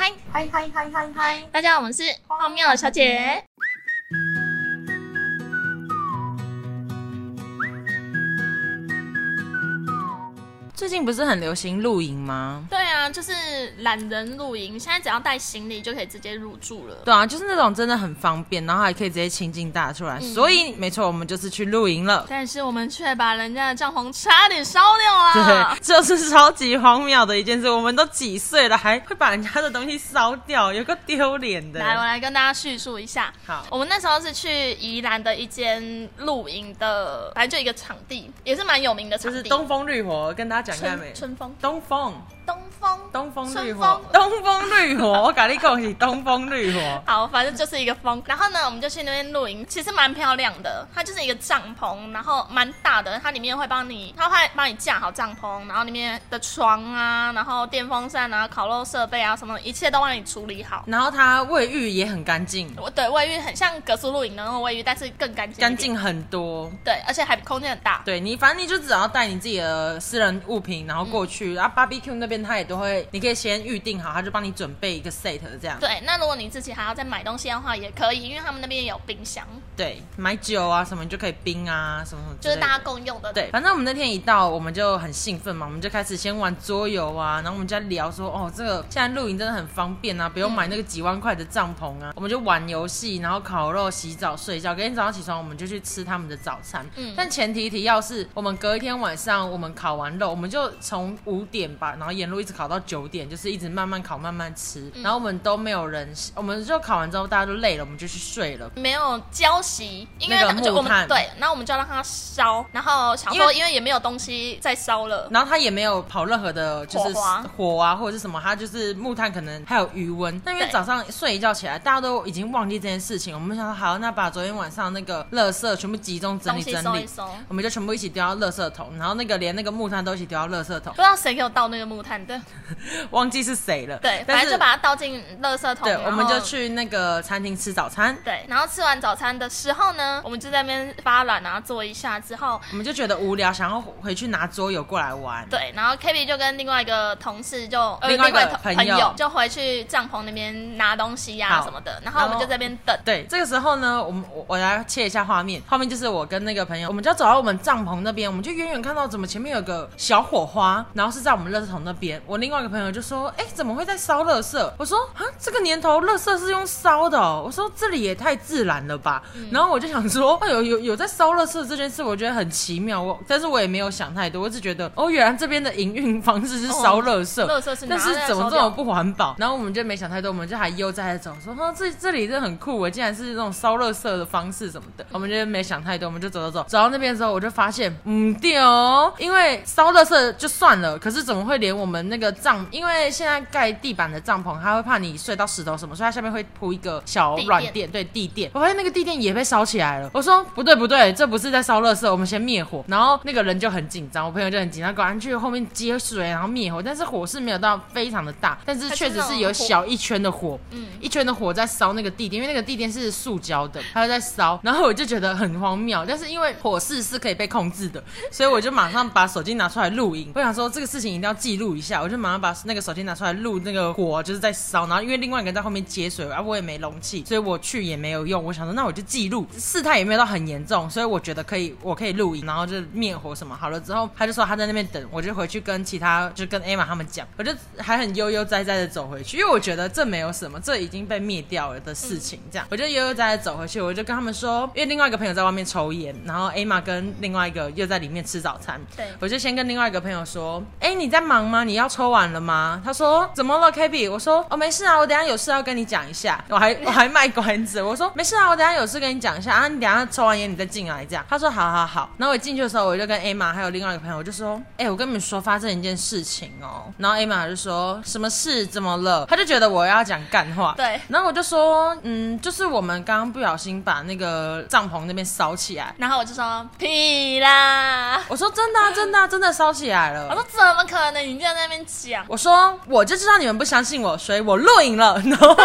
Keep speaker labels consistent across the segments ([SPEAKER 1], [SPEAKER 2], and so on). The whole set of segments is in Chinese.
[SPEAKER 1] 嗨嗨嗨嗨嗨！
[SPEAKER 2] 大家好，我们是荒谬小姐。
[SPEAKER 3] 最近不是很流行露营吗？
[SPEAKER 2] 对啊，就是懒人露营，现在只要带行李就可以直接入住了。
[SPEAKER 3] 对啊，就是那种真的很方便，然后还可以直接亲近大自然。
[SPEAKER 2] 嗯
[SPEAKER 3] 所以没错，我们就是去露营了。
[SPEAKER 2] 但是我们却把人家的帐篷差点烧掉了
[SPEAKER 3] 对，。就是超级荒谬的一件事。我们都几岁了，还会把人家的东西烧掉，有个丢脸的。
[SPEAKER 2] 来，我来跟大家叙述一下。
[SPEAKER 3] 好
[SPEAKER 2] 我们那时候是去宜兰的一间露营的，反正就一个场地，也是蛮有名的场
[SPEAKER 3] 就
[SPEAKER 2] 地。
[SPEAKER 3] 是东风绿火，跟大家讲一下没
[SPEAKER 2] 春？春风，
[SPEAKER 3] 东风，
[SPEAKER 2] 东风，
[SPEAKER 3] 东风绿
[SPEAKER 2] 春
[SPEAKER 3] 火
[SPEAKER 2] 风，。
[SPEAKER 3] 东风绿火， 我跟你讲是东风绿火
[SPEAKER 2] 好，反正就是一个风。然后呢，我们就去那边露营，其实蛮漂亮的。它就是一个帐篷，然后蛮大的，它里面会帮你，它会帮你架好帐篷，然后里面的床啊，然后电风扇啊、烤肉设备啊，什么一切都帮你处理好。
[SPEAKER 3] 然后它卫浴也很干净，
[SPEAKER 2] 我对卫浴很像格苏露营的那种卫浴，但是更干净，
[SPEAKER 3] 干。净很多。
[SPEAKER 2] 对，而且还空间很大。
[SPEAKER 3] 对你，反正你就只要带你自己的私人物品，然后过
[SPEAKER 2] 嗯
[SPEAKER 3] 去，然后 barbecue 那边他也都会，你可以先预定好，他就帮你准备一个 set 这样。
[SPEAKER 2] 对，那如果你自己还要再买东西的话，也可以，因为他们那边也有冰箱，
[SPEAKER 3] 对，买酒啊什么你就可以冰啊什么什么之
[SPEAKER 2] 就
[SPEAKER 3] 类
[SPEAKER 2] 是
[SPEAKER 3] 的，
[SPEAKER 2] 大家共用的。
[SPEAKER 3] 对，反正我们那天一到，我们就很兴奋嘛，我们就开始先玩桌游啊，然后我们就在聊说，哦，这个现在露营真的很方便啊，不用买那个几万块的帐篷
[SPEAKER 2] 嗯
[SPEAKER 3] 啊，我们就玩游戏，然后烤肉、洗澡、睡觉。隔天早上起床，我们就去吃他们的早餐。
[SPEAKER 2] 嗯
[SPEAKER 3] 但前提提要是我们隔一天晚上我们烤完肉，我们就从五点吧，然后沿路一直烤到九点，就是一直慢慢烤、慢慢吃，
[SPEAKER 2] 嗯
[SPEAKER 3] 然后我们都没有人，我们就烤完之后大家都累了，我们就去睡了。
[SPEAKER 2] 没有胶席，因为
[SPEAKER 3] 那个
[SPEAKER 2] 它就
[SPEAKER 3] 木
[SPEAKER 2] 我们
[SPEAKER 3] 炭
[SPEAKER 2] 对，然后我们就要让它烧，然后想
[SPEAKER 3] 因
[SPEAKER 2] 说
[SPEAKER 3] 为
[SPEAKER 2] 因为也没有东西再烧了，
[SPEAKER 3] 然后他也没有跑任何的，就是
[SPEAKER 2] 火花
[SPEAKER 3] 火啊或者是什么，他就是木炭可能还有余温。那因为
[SPEAKER 2] 对
[SPEAKER 3] 早上睡一觉起来，大家都已经忘记这件事情，我们想说好，那把昨天晚上那个垃圾全部集中整
[SPEAKER 2] 东
[SPEAKER 3] 理
[SPEAKER 2] 西
[SPEAKER 3] 整
[SPEAKER 2] 收一
[SPEAKER 3] 理，
[SPEAKER 2] 收。
[SPEAKER 3] 我们就全部一起丢到垃圾桶，然后那个连那个木炭都一起丢到垃圾桶
[SPEAKER 2] 不，知道谁给我倒那个木 炭的，
[SPEAKER 3] 忘记是谁了。
[SPEAKER 2] 对，
[SPEAKER 3] 但
[SPEAKER 2] 反
[SPEAKER 3] 是
[SPEAKER 2] 正就把它倒进垃圾桶。
[SPEAKER 3] 对，
[SPEAKER 2] 然
[SPEAKER 3] 我们
[SPEAKER 2] 后
[SPEAKER 3] 就。去那个餐厅吃早餐。
[SPEAKER 2] 对，然后吃完早餐的时候呢，我们就在那边发软啊，坐一下之后，
[SPEAKER 3] 我们就觉得无聊，想要回去拿桌游过来玩。
[SPEAKER 2] 对，然后 k b 就跟另外一个同事就呃
[SPEAKER 3] 另外一个
[SPEAKER 2] 同
[SPEAKER 3] 朋
[SPEAKER 2] 朋
[SPEAKER 3] 友
[SPEAKER 2] 就回去帐篷那边拿东西呀、
[SPEAKER 3] 好
[SPEAKER 2] 什么的，然后我
[SPEAKER 3] 然
[SPEAKER 2] 们
[SPEAKER 3] 后
[SPEAKER 2] 就在那边等。
[SPEAKER 3] 对，这个时候呢，我们我我来切一下画面，画面就是我跟那个朋友，我们就要走到我们帐篷那边，我们就远远看到怎么前面有个小火花，然后是在我们垃圾桶那边。我另外一个朋友就说：“哎，怎么会在烧垃圾？”我说：“啊，这个年头垃圾是用烧的、哦。”我说：“这里也太自然了吧。然后我就想说：“哦，有有有在烧垃圾这件事，我觉得很奇妙。我但是我也没有想太多，我只觉得哦，原来这边的营运方式是烧哦垃圾，
[SPEAKER 2] 垃圾是拿
[SPEAKER 3] 但是
[SPEAKER 2] 来
[SPEAKER 3] 怎么
[SPEAKER 2] 烧
[SPEAKER 3] 这么
[SPEAKER 2] 掉
[SPEAKER 3] 不环保？然后我们就没想太多，我们就还悠哉的走，说哈、这这里真的很酷，我竟然是这种烧热色的方式什么的，我们就没想太多，我们就走走走，走到那边的时候，我就发现，嗯，对哦，因为烧热色就算了，可是怎么会连我们那个帐，因为现在盖地板的帐篷，它会怕你睡到石头什么，所以它下面会铺一个小
[SPEAKER 2] 地
[SPEAKER 3] 软
[SPEAKER 2] 垫
[SPEAKER 3] 垫，对地垫，我发现那个地垫也被烧起来了，我说不对不对，这不是在烧热色，我们先灭火，然后那个人就很紧张，我朋友就很紧张，赶快去后面接水，然后灭火，但是火势没有到非常的大，但是
[SPEAKER 2] 它
[SPEAKER 3] 确
[SPEAKER 2] 是
[SPEAKER 3] 实
[SPEAKER 2] 那
[SPEAKER 3] 是
[SPEAKER 2] 种
[SPEAKER 3] 有
[SPEAKER 2] 火
[SPEAKER 3] 小一圈的火，
[SPEAKER 2] 嗯
[SPEAKER 3] 一圈的火在烧那个地垫，因为那个地垫是塑胶的，它就在烧，然后我就觉得很荒谬，但是因为火势是可以被控制的，所以我就马上把手机拿出来录影，我想说这个事情一定要记录一下，我就马上把那个手机拿出来录那个火就是在烧，然后因为另外一个人在后面接水，啊我也没容器，所以我去也没有用，我想说那我就记录，事态也没有到很严重，所以我觉得可以，我可以录影，然后就灭火什么好了之后，他就说他在那边等，我就回去跟其他就跟 Emma 他们讲，我就还很悠悠哉哉的走回去，因为我觉得这没有什么，这已经被灭掉了的事情，这样我就悠悠哉哉地走回去，我就跟他们说，因为另外一个朋友在外面抽烟，然后 Emma 跟另外一个又在里面吃早餐，
[SPEAKER 2] 对
[SPEAKER 3] 我就先跟另外一个朋友说，哎、你在忙吗？你要抽完了吗？他说怎么了 k b 我说哦没事啊，我等一下有事要跟你讲一下，我还我还卖关子，我说没事啊，我等一下有事跟你讲一下啊，你等一下抽完烟你再进来这样。他说好好好，然后我进去的时候我就跟 Emma 还有另外一个朋友我就说，哎、我跟你们说发生一件事情哦，然后 Emma 就说什么事怎么了？他就觉得我要讲干话，
[SPEAKER 2] 对
[SPEAKER 3] 然后我就说嗯，就是我们刚刚不小心把那个帐篷那边烧起来。
[SPEAKER 2] 然后我就说屁啦，
[SPEAKER 3] 我说真的、啊，真的、啊，真的烧起来了。
[SPEAKER 2] 我说怎么可能？你就在那边讲。
[SPEAKER 3] 我说我就知道你们不相信我，所以我录影了， 然后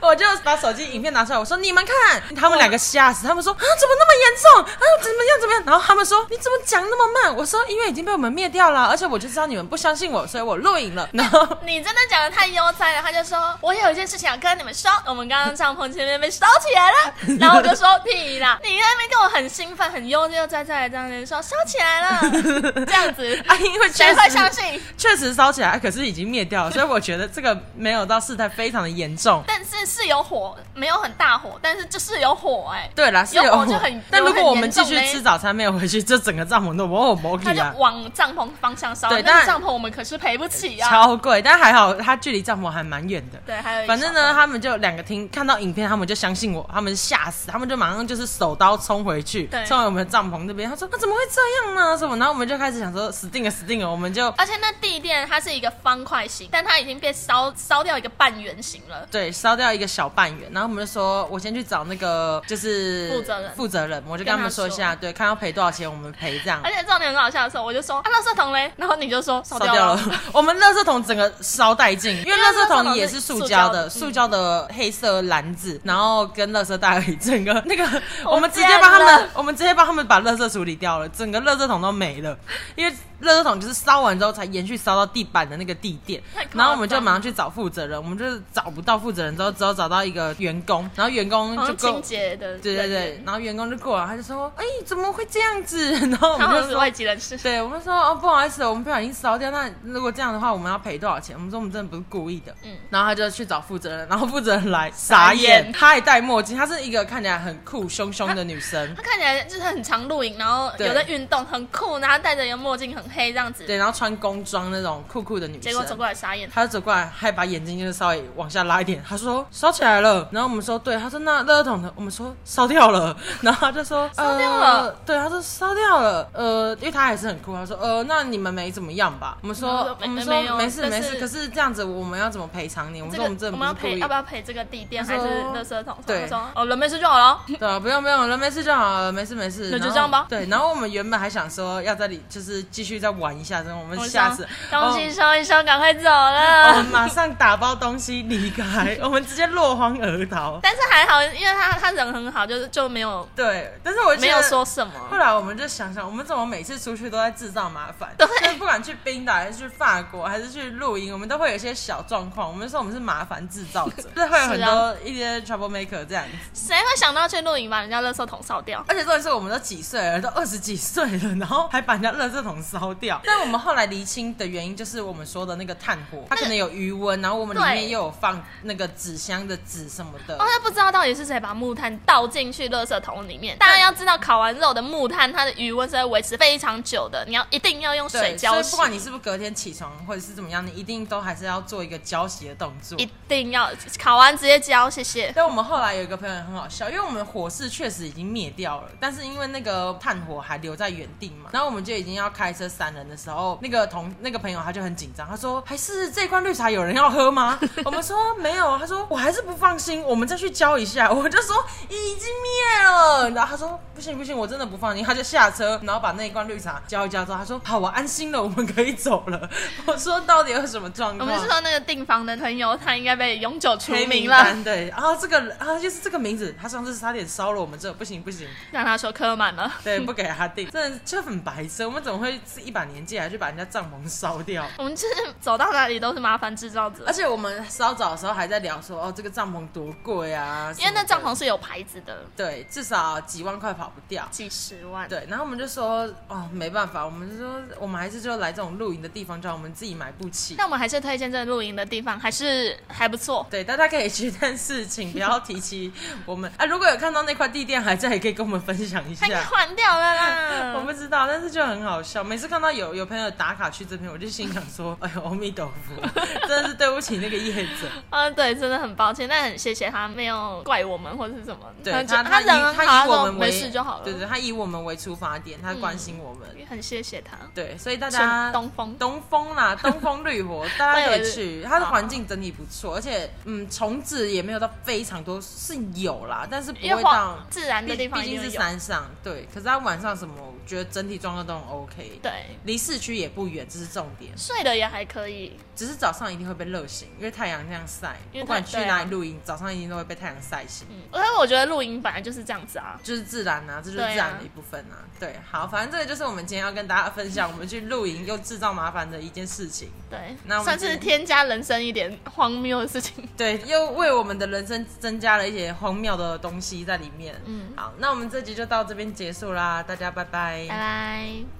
[SPEAKER 3] 我就把手机影片拿出来，我说你们看，他们两个吓死，他们说啊怎么那么严重啊怎么样怎么样，然后他们说你怎么讲那么慢？我说因为已经被我们灭掉了，而且我就知道你们不相信我，所以我录影了， 然后。，
[SPEAKER 2] 你真的讲的太悠哉了，他就说，我有一件事情要跟你们说，我们刚刚帐篷前面被烧起来了，然后我就说屁啦，你在那边跟我很兴奋、很悠悠哉哉的这样子说烧起来了，这样子
[SPEAKER 3] 啊，因为确
[SPEAKER 2] 谁
[SPEAKER 3] 实
[SPEAKER 2] 会相信？
[SPEAKER 3] 确实烧起来，可是已经灭掉了，所以我觉得这个没有到事态非常的严重。
[SPEAKER 2] 但是是有火，没有很大火，但是就是有火哎、
[SPEAKER 3] 对啦，是
[SPEAKER 2] 有
[SPEAKER 3] 有
[SPEAKER 2] 火就很
[SPEAKER 3] 但
[SPEAKER 2] 有
[SPEAKER 3] 如果
[SPEAKER 2] 很
[SPEAKER 3] 我们
[SPEAKER 2] 严
[SPEAKER 3] 继
[SPEAKER 2] 重
[SPEAKER 3] 续
[SPEAKER 2] 嘞
[SPEAKER 3] 吃早餐没有回去，这整个帐篷都我我
[SPEAKER 2] 他
[SPEAKER 3] k
[SPEAKER 2] 就
[SPEAKER 3] 啊，
[SPEAKER 2] 往帐篷方向烧，
[SPEAKER 3] 对
[SPEAKER 2] 那
[SPEAKER 3] 但
[SPEAKER 2] 个帐篷我们可是赔不起啊。
[SPEAKER 3] 超贵，但还好它距离帐篷还蛮远的。
[SPEAKER 2] 对，还有一
[SPEAKER 3] 反正
[SPEAKER 2] 小
[SPEAKER 3] 呢，他们就两个听看到影片，他们就相信我，他们吓死，他们就马上就是手刀冲回去，
[SPEAKER 2] 对
[SPEAKER 3] 冲回我们的帐篷这边。他说：“那、怎么会这样呢？什么？”然后我们就开始想说：“死定了，死定了！”我们就
[SPEAKER 2] 而且那地垫它是一个方块形，但它已经被烧烧掉一个半圆形了。
[SPEAKER 3] 对，烧掉一个小半圆，然后我们就说，我先去找那个就是
[SPEAKER 2] 负责人
[SPEAKER 3] 负责人，我就跟他们说一下，对，看要赔多少钱，我们赔这样
[SPEAKER 2] 而。且重点很好笑的时候，我就说啊，垃圾桶嘞，然后你就说烧
[SPEAKER 3] 烧
[SPEAKER 2] 掉
[SPEAKER 3] 掉
[SPEAKER 2] 了。
[SPEAKER 3] 了，我们垃圾桶整个烧殆尽，因为
[SPEAKER 2] 因为
[SPEAKER 3] 垃圾
[SPEAKER 2] 垃圾
[SPEAKER 3] 桶
[SPEAKER 2] 桶
[SPEAKER 3] 也
[SPEAKER 2] 是
[SPEAKER 3] 是塑
[SPEAKER 2] 塑
[SPEAKER 3] 胶
[SPEAKER 2] 胶
[SPEAKER 3] 的，
[SPEAKER 2] 的嗯
[SPEAKER 3] 塑胶的黑色篮子，然后跟垃圾袋而已，整个 那个
[SPEAKER 2] 我啊
[SPEAKER 3] 我们直接
[SPEAKER 2] 见
[SPEAKER 3] 帮他们
[SPEAKER 2] 了，
[SPEAKER 3] 我们直接帮他们把垃圾处理掉了，整个垃圾桶都没了，因为垃圾桶就是烧完之后才延续烧到地板的那个地垫
[SPEAKER 2] 太，夸
[SPEAKER 3] 然后我们就
[SPEAKER 2] 张
[SPEAKER 3] 马上去找负责人，我们就是找不到负责人之后，只有找到一个员工，然后员工
[SPEAKER 2] 好像
[SPEAKER 3] 就跟
[SPEAKER 2] 清
[SPEAKER 3] 我
[SPEAKER 2] 洁的人员，
[SPEAKER 3] 对对对，然后员工就过来，他就说：“哎、怎么会这样子？” 然后我
[SPEAKER 2] 他好
[SPEAKER 3] 们就
[SPEAKER 2] 像是
[SPEAKER 3] 说
[SPEAKER 2] 外籍人士。
[SPEAKER 3] 对，我们说哦，不好意思，我们不小心烧掉。那如果这样的话，我们要赔多少钱？我们说我们真的不是故意的。嗯
[SPEAKER 2] 嗯，
[SPEAKER 3] 然后他就去找负责人， 然后负责人来傻眼，
[SPEAKER 2] 眼
[SPEAKER 3] 他还戴墨镜，她是一个看起来很酷凶凶的女生。
[SPEAKER 2] 他看起来就是很常露营，然后
[SPEAKER 3] 对
[SPEAKER 2] 有在运动，很酷，然后戴着一个墨镜，很黑这样子。
[SPEAKER 3] 对，啊然后穿工装那种酷酷的女生，
[SPEAKER 2] 结果走过来傻眼，
[SPEAKER 3] 他就走过来，还把眼睛就是稍微往下拉一点。他说烧起来了，然后我们说对，他说那垃圾桶呢？我们说烧掉了， 然后他就说
[SPEAKER 2] 烧掉了
[SPEAKER 3] 呃，对，他说烧掉了，呃，因为他还是很酷，他说呃，那你们没怎么样吧？我们说我
[SPEAKER 2] 我
[SPEAKER 3] 们
[SPEAKER 2] 们
[SPEAKER 3] 说
[SPEAKER 2] 说没没有
[SPEAKER 3] 没事
[SPEAKER 2] 但
[SPEAKER 3] 没
[SPEAKER 2] 是
[SPEAKER 3] 事，可是这样子我们要怎么赔偿你？我们
[SPEAKER 2] 这
[SPEAKER 3] 说
[SPEAKER 2] 个
[SPEAKER 3] 我们真的
[SPEAKER 2] 们要
[SPEAKER 3] 不是
[SPEAKER 2] 赔，啊
[SPEAKER 3] 故意
[SPEAKER 2] 要不。要赔这个地垫
[SPEAKER 3] 他
[SPEAKER 2] 还
[SPEAKER 3] 说
[SPEAKER 2] 是垃圾桶？
[SPEAKER 3] 对
[SPEAKER 2] 他说哦，人没事就好 了。
[SPEAKER 3] 对啊，不用不用，人没事就好了，没事没事。
[SPEAKER 2] 那就
[SPEAKER 3] 然后
[SPEAKER 2] 这样吧
[SPEAKER 3] 对，然后我们原本还想说要在里就是继续再玩一下，然后我们
[SPEAKER 2] 我
[SPEAKER 3] 吓
[SPEAKER 2] 想
[SPEAKER 3] 死，
[SPEAKER 2] 东
[SPEAKER 3] 哦
[SPEAKER 2] 西收一收，赶快走
[SPEAKER 3] 我
[SPEAKER 2] 了
[SPEAKER 3] 们。马上打包东西离开， 我们直接落荒而逃。
[SPEAKER 2] 但是还好，因为他他人很好，就是就没有
[SPEAKER 3] 对，但是我觉得
[SPEAKER 2] 没有说什
[SPEAKER 3] 后
[SPEAKER 2] 么。
[SPEAKER 3] 来我们就想想，我们怎么每次出去都在制造麻烦？
[SPEAKER 2] 对
[SPEAKER 3] 就是不管去冰岛还是去法国还是去露营，我们都会有一些小状况。我们说我们是麻烦制造者，就是会有 很
[SPEAKER 2] 是啊
[SPEAKER 3] 多一些 trouble maker 这样子。
[SPEAKER 2] 谁会想到去露营把人家垃圾桶烧掉？
[SPEAKER 3] 而且重点是，我们都几岁了，都二十几岁了，然后还把人家垃圾桶烧掉。但我们后来厘清的原因，就是我们说的那个炭火，它可能有余温，然后我们里面
[SPEAKER 2] 对
[SPEAKER 3] 又有放那个纸箱的纸什么的
[SPEAKER 2] 哦，。他不知道到底是谁把木炭倒进去垃圾桶里面。大家要知道，烤完肉的木炭，它的余温是会维持非常久的，你要一定要用
[SPEAKER 3] 对
[SPEAKER 2] 水浇
[SPEAKER 3] 所以不
[SPEAKER 2] 洗，
[SPEAKER 3] 管你是不是隔天起床或者是怎么样，你一定都还是要做一个浇洗的动作。
[SPEAKER 2] 一定要烤完直接浇，谢谢。
[SPEAKER 3] 但我们后来有一个朋友很好笑，因为我们火势确实已经灭掉了，但是因为那个炭火还留在原地嘛，然后我们就已经要开车三人的时候，那个同那个朋友他就很紧张，他说还是这罐绿茶有人要喝吗？ 我们说没有，他说我还是不放心，我们再去浇一下。我就说已经灭了，然后他说不行不行，我真的不放心，他就下车，然后把那一罐绿茶浇一浇之后，他说好，我安心了，我们可以走了。我说到底有什么状
[SPEAKER 2] 我
[SPEAKER 3] 况？
[SPEAKER 2] 们是说那个订房的朋友，他应该被永久除
[SPEAKER 3] 嗯黑名
[SPEAKER 2] 名了，
[SPEAKER 3] 单对，然后这个啊就是这个名字，他上次差点烧了我们这，不行 不行，
[SPEAKER 2] 让他说磕满了。
[SPEAKER 3] 对，不给他定，真的就很白痴，我们怎么会是一把年纪还啊去把人家帐篷烧掉？
[SPEAKER 2] 我们就是走到哪里都是麻烦制造者
[SPEAKER 3] 而，且我们稍早的时候还在聊说，哦，这个帐篷多贵啊，
[SPEAKER 2] 因为那
[SPEAKER 3] 什
[SPEAKER 2] 帐
[SPEAKER 3] 么的
[SPEAKER 2] 篷是有牌子的，
[SPEAKER 3] 对至少几万块跑不掉。
[SPEAKER 2] 几十万。
[SPEAKER 3] 对，然后我们就说，哦，没办法，我们就说，我们还是就来这种露营的地方，就好我们自己买不起。
[SPEAKER 2] 但我们还是推荐这个露营的地方，还是还不错。
[SPEAKER 3] 对，大家可以去，但是请不要提起我们啊。如果有看到那块地垫还在，也可以跟我们分享一
[SPEAKER 2] 他
[SPEAKER 3] 下
[SPEAKER 2] 应该。换掉了啦。
[SPEAKER 3] 啊 我不知道， 但是就很好笑。每次看到有有朋友打卡去这边，我就心想说：“哎呦，阿弥陀佛， 真的是对不起那个业者。
[SPEAKER 2] 啊，对，真的很抱歉，但很谢谢他没有怪我们或者是什么，
[SPEAKER 3] 对
[SPEAKER 2] 他
[SPEAKER 3] 他，
[SPEAKER 2] 他
[SPEAKER 3] 以
[SPEAKER 2] 人啊很好，
[SPEAKER 3] 他
[SPEAKER 2] 跟
[SPEAKER 3] 以我
[SPEAKER 2] 我
[SPEAKER 3] 们为
[SPEAKER 2] 没事就好了，
[SPEAKER 3] 对对，他以我们为出发点，他关心我们。
[SPEAKER 2] 很谢谢他。
[SPEAKER 3] 对，所以大
[SPEAKER 2] 顺
[SPEAKER 3] 家
[SPEAKER 2] 东风，
[SPEAKER 3] 东 风啦，东风绿火，大家可以去。它的
[SPEAKER 2] 好
[SPEAKER 3] 环境整体不错，而且嗯，虫子也没有到非常多，是有啦，但是不
[SPEAKER 2] 因
[SPEAKER 3] 会
[SPEAKER 2] 为
[SPEAKER 3] 到
[SPEAKER 2] 荒。自然的
[SPEAKER 3] 毕
[SPEAKER 2] 地方
[SPEAKER 3] 毕
[SPEAKER 2] 一
[SPEAKER 3] 竟
[SPEAKER 2] 定
[SPEAKER 3] 是
[SPEAKER 2] 有，
[SPEAKER 3] 山上，对。可是它晚上什么，我觉得整体状况都很 OK。
[SPEAKER 2] 对，
[SPEAKER 3] 离市区也不远，这是重点。
[SPEAKER 2] 睡的也还可以，
[SPEAKER 3] 只是早上一定会被热醒，因为太阳那样晒，
[SPEAKER 2] 因为
[SPEAKER 3] 不管
[SPEAKER 2] 太
[SPEAKER 3] 去
[SPEAKER 2] 对啊
[SPEAKER 3] 哪里露营，早上一定都会被太阳晒醒。
[SPEAKER 2] 嗯，因为我觉得露营本来就是这样子啊，
[SPEAKER 3] 就是自然啊，这就是
[SPEAKER 2] 对啊
[SPEAKER 3] 自然的一部分啊。对，好，反正这个就是我们今天要跟大家分享，我们去露营又制造麻烦的一件事情。
[SPEAKER 2] 对
[SPEAKER 3] 那我，们
[SPEAKER 2] 算
[SPEAKER 3] 今
[SPEAKER 2] 是
[SPEAKER 3] 天
[SPEAKER 2] 添加人生一点荒谬的事情，
[SPEAKER 3] 对，又为我们的人生增加了一些荒谬的 东西在里面。嗯，好，那我们这集就到这边结束啦，大家拜拜
[SPEAKER 2] 拜拜。